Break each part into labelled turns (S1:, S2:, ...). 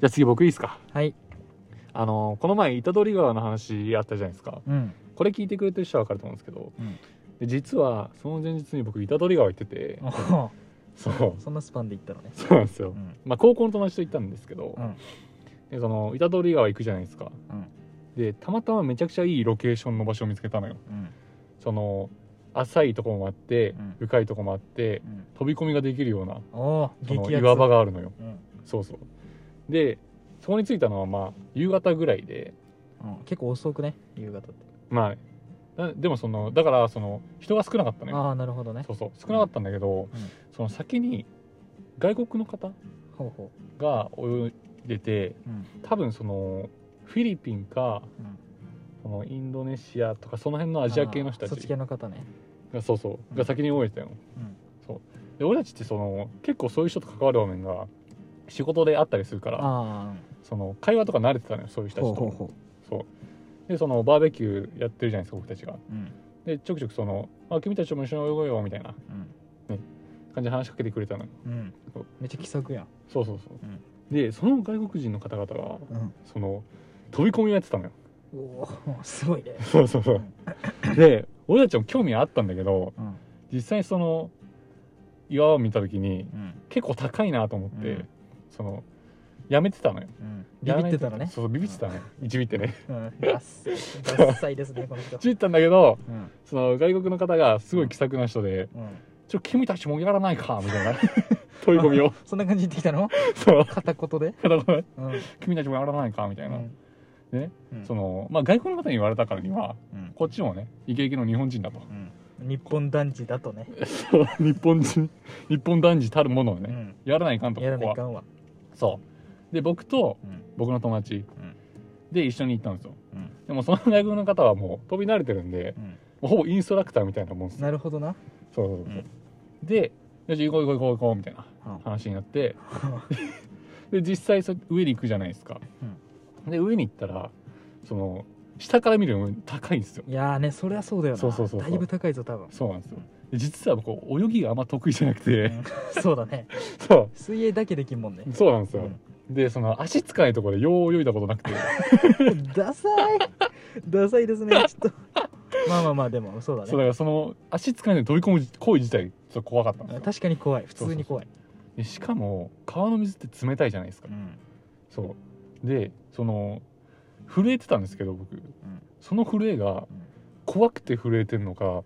S1: じゃあ次僕いいですか
S2: はい
S1: あのこの前板取川の話あったじゃないですか
S2: うん
S1: これ聞いてくれてる人は分かると思うんですけど、
S2: うん
S1: で実はその前日に僕板取川行ってて
S2: おー
S1: そう
S2: そんなスパンでいったのね
S1: そうなんですよ、
S2: うん
S1: まあ、高校の友達と行ったんですけど、
S2: うん
S1: でその板取川行くじゃないですか、
S2: うん
S1: でたまたまめちゃくちゃいいロケーションの場所を見つけたのよ
S2: うん
S1: その浅いとこもあって、
S2: うん
S1: 深いとこもあって
S2: うん
S1: 飛び込みができるような
S2: おお
S1: そ
S2: 激
S1: の
S2: アツ
S1: 岩場があるのよ
S2: うん
S1: そうそうでそこに着いたのはまあ夕方ぐらいで
S2: うん結構遅くね夕方って
S1: まあなでもそのだからその人が少なかったのよ
S2: ああなるほどね
S1: そうそう少なかったんだけど、
S2: うん
S1: その先に外国の方
S2: ほうほ
S1: が泳いでて
S2: ううん
S1: 多分そのフィリピンか
S2: うん
S1: そのインドネシアとかその辺のアジア系の人
S2: あ
S1: た
S2: ーそっち
S1: ち
S2: 系の方ね
S1: がそうそうが先に泳いでたよ
S2: うん
S1: で俺たちってその結構そういう人と関わる場面が仕事であったりするから
S2: あ
S1: その会話とか慣れてたのよそういう
S2: あ
S1: 人た
S2: ほう
S1: ち
S2: ほう
S1: と
S2: ほ
S1: そうでそのバーベキューやってるじゃないですか僕たちが
S2: ううん
S1: でちょくちょくその「あ君たちも一緒に泳ごうよ」みたいな感じで話しかけてくれたの
S2: うんうん
S1: そう
S2: めっちゃ気さくやん
S1: そうそうそう、
S2: うん
S1: でその外国人の方々が
S2: うん
S1: その飛び込みをやってたのよ
S2: おおすごいね
S1: そうそうそうで俺たちも興味あったんだけど
S2: うん
S1: 実際その岩を見た時に
S2: うん
S1: 結構高いなと思って、
S2: うん
S1: そのやめてたのよ
S2: うんビビってたのね
S1: そうそうビビってたのよ一ビってね
S2: うんダッサいダッサいで すねこの人
S1: ビビったんだけど
S2: うん
S1: その外国の方がすごい気さくな人で
S2: うん
S1: 「ちょ君たちもやらないか」みたい な問い込みを
S2: そん な感じで言ってきたの
S1: そう
S2: 片言で
S1: 「
S2: うん
S1: 君たちもやらないか」みたいな、ね
S2: うん
S1: そのまあ外国の方に言われたからには
S2: うん
S1: こっちもねイケイケの日本 人だと
S2: うん日本男児だとね
S1: 日本人日本男児たるものを
S2: う
S1: ね、
S2: ん
S1: やらないかんとこ
S2: やら
S1: こ
S2: ない
S1: は
S2: かんわ
S1: そうで僕と
S2: うん
S1: 僕の友達
S2: うん
S1: で一緒に行ったんですよ
S2: うん
S1: でもその外国の方はもう飛び慣れてるんで
S2: うん
S1: もうほぼインストラクターみたいなもんですよ
S2: なるほどな
S1: そうそうそう、
S2: うん
S1: でよし行こう行こう行こう行こうみたいな話にな ってで実際そ上に行くじゃないですか、で上に行ったらその下から見るよりも高いんですよ
S2: いやーねそりゃそうだよ
S1: そうそうそう
S2: な
S1: そう
S2: だいぶ高いぞ多分
S1: そうなんですよで実は僕泳ぎがあんま得意じゃなくて、
S2: そうだね
S1: そ
S2: 水泳だけできんもんね
S1: うそうなんです
S2: う
S1: よ、
S2: ん
S1: でその足使いところでよう泳いだことなくて
S2: ダサいダサいですねちょっとまあまあまあでもそうだ
S1: そうだ
S2: ね
S1: からその足使いで飛び込む行為自体ちょっと怖かったんですよ
S2: 確かに怖い普通に怖い
S1: でしかも川の水って冷たいじゃないですか
S2: うん
S1: そうでその震えてたんですけど僕その震えが
S2: うん
S1: 怖くて震えてんのか
S2: うん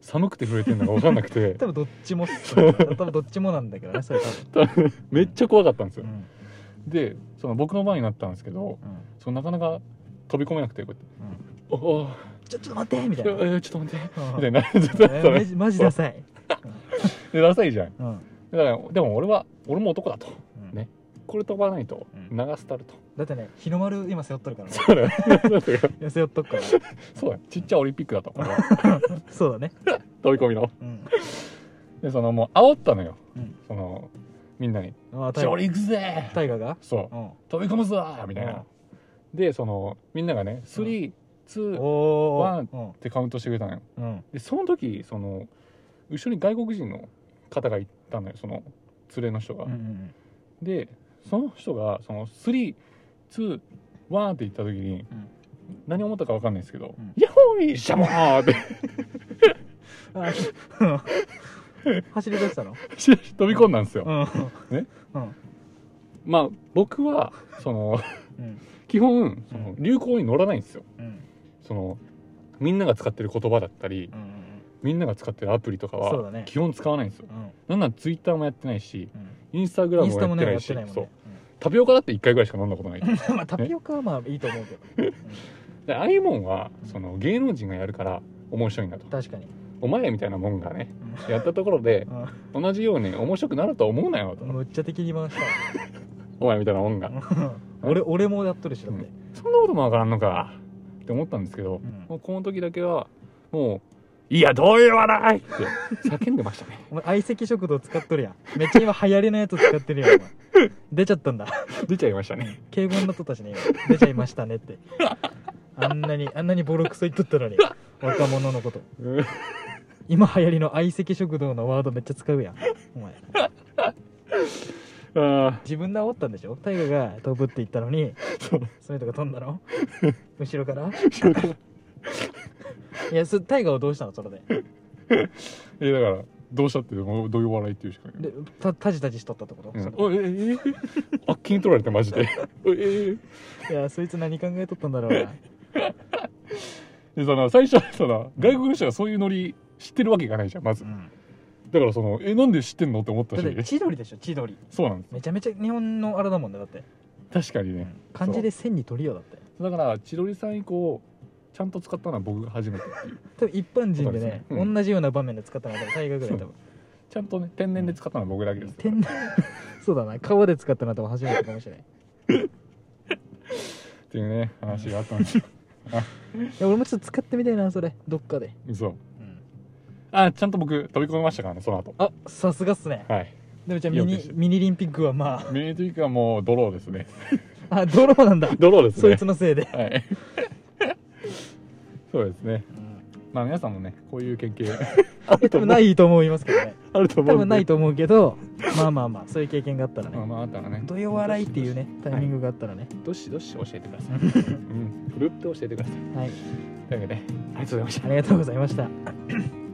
S1: 寒くて震えてんのか分かんなく て
S2: 多分どっちもっす ね多分どっちもなんだけどねそれ多分
S1: 多分めっちゃ怖かったんですよ
S2: うん
S1: でその僕の前になったんですけど
S2: うん
S1: そのなかなか飛び込めなくてこうやって「おお
S2: ちょちょっと待ってみたい
S1: ち
S2: な
S1: ょえちょっと待って」みた
S2: う
S1: い
S2: ん
S1: にな っちゃった
S2: え
S1: の
S2: ーマ
S1: で
S2: ジマジダサい
S1: ダサいじゃん
S2: うん
S1: だからでも俺は俺も男だと
S2: うん
S1: ねこれ飛ばないと
S2: うん
S1: 流すたると、
S2: だってね日の丸今背負っとるからね
S1: そうだよ
S2: 背負っと くから
S1: そうだよちっちゃいオリンピックだとこれは
S2: そうだね
S1: 飛び込みの
S2: うん
S1: でそのもう煽ったのよ、
S2: うん
S1: そのみんなに「
S2: あ
S1: じゃあ俺
S2: ー
S1: 行くぜ!
S2: タイガーが」
S1: そう
S2: うん
S1: 「飛び込むぞ!」みたいな、でそのみんながね「321」2っ
S2: お
S1: ワ
S2: ー
S1: ンてカウントしてくれたのよ
S2: うんうん
S1: でその時その後ろに外国人の方がいたのよその連れの人が、
S2: うんうん
S1: でその人がその321って言った時に、
S2: うん
S1: 何を思ったか分かんないですけど「
S2: うん
S1: ヤッホーイシャモー!」って
S2: うんあ うん走り出したの
S1: 飛び込んだんですよ、
S2: うん
S1: ね
S2: うん
S1: まあ僕はその
S2: うん
S1: 基本その流行に乗らないんですよ
S2: うん
S1: そのみんなが使ってる言葉だったり
S2: うん
S1: みんなが使ってるアプリとか
S2: そうだ
S1: は
S2: ね
S1: 基本使わないんですよ、
S2: うん
S1: なんならツイッターもやってないし
S2: うん
S1: インスタグ
S2: う
S1: ラ
S2: んイ
S1: ム
S2: ン
S1: も
S2: スタ
S1: や
S2: も
S1: っ
S2: ね
S1: てな
S2: や
S1: い
S2: っ
S1: して
S2: ないもん
S1: そう
S2: ね
S1: タピオカだって1回ぐらいしか飲んだことない
S2: うん まあタピオカはまあいいと思うけどうん
S1: でああいうもんはその芸能人がやるから面白いんだと
S2: 確かに
S1: お前らみたいなもんがねやったところで同じように面白くなるとは思うなよと
S2: うんむっちゃ敵に回した
S1: お前みたいなもんが
S2: 俺俺もやっとるしだって
S1: そんなこともわからんのかって思ったんですけど
S2: うん
S1: もうこの時だけはもう「いやどういう笑い!」って叫んでましたね
S2: お前相席食堂使っとるやんめっちゃ今流行りのやつ使ってるやんお前 出ちゃったんだ
S1: 出ちゃいましたね
S2: 敬語になっとったしね今出ちゃいましたねってあんなにあんなにボロクソ言っとったのに若者のこと
S1: うん
S2: 今流行りの相席食堂のワードめっちゃ使うやんお前
S1: あ
S2: 自分で煽ったんでしょ大我が飛ぶって言ったのに
S1: あそう
S2: その人が飛ん だろ後ろから
S1: 後ろから
S2: いやそ大我はどうしたのそれで
S1: えだからどうしたってもうどういう笑いっていうしかない
S2: でたたじたじしとったってこと、
S1: うん
S2: それ
S1: おえええあっ気に取られてマジで おええ
S2: いやそいつ何考えとったんだろうな
S1: でその最初はその外国の人がそういうノリ知ってるわけがないじゃんまず
S2: うん
S1: だからそのえなんで知ってんのって思った
S2: だって
S1: し
S2: 千鳥でしょ千鳥
S1: そうなんです
S2: めちゃめちゃ日本のあれだもんねだって
S1: 確かにね
S2: 漢字で千に鳥よだって
S1: だから千鳥さん以降ちゃんと使ったのは僕が初めてっていう
S2: 多分一般人で
S1: そう
S2: ね
S1: ですねうん
S2: 同じような場面で使ったのは多分大我ぐらい多分
S1: ちゃんとね天然で使ったのは僕だけですから
S2: 天然 そうだな川で使ったのは多分初めてかもしれない
S1: っていうね話があったん ですよ
S2: いや俺もちょっと使ってみたいなそれどっかで、
S1: そうあちゃんと僕飛び込みましたからねその後
S2: あさすがっすね
S1: はい
S2: でもじゃあミ
S1: いいわけで
S2: ニ
S1: すよ
S2: ミニリンピックはま
S1: ミニトゥークはもうドローですね
S2: ああドローなんだ
S1: ドローで
S2: そいつのせいで、
S1: はいそうですねまあ皆さんもねこういう経験 あ
S2: え
S1: ると
S2: 多
S1: 思
S2: 分
S1: う
S2: ないと思いますけどね
S1: あると
S2: 多
S1: 思うんで
S2: 分ないと思うけどまあまあまあそういう経験があったら
S1: まあ
S2: ね
S1: まああったらね
S2: どよ笑いっていうねタイミングがあったらね
S1: どしどし教えてくださいうんふるって教えてください
S2: はい
S1: というわけでありがとうございました
S2: ありがとうございました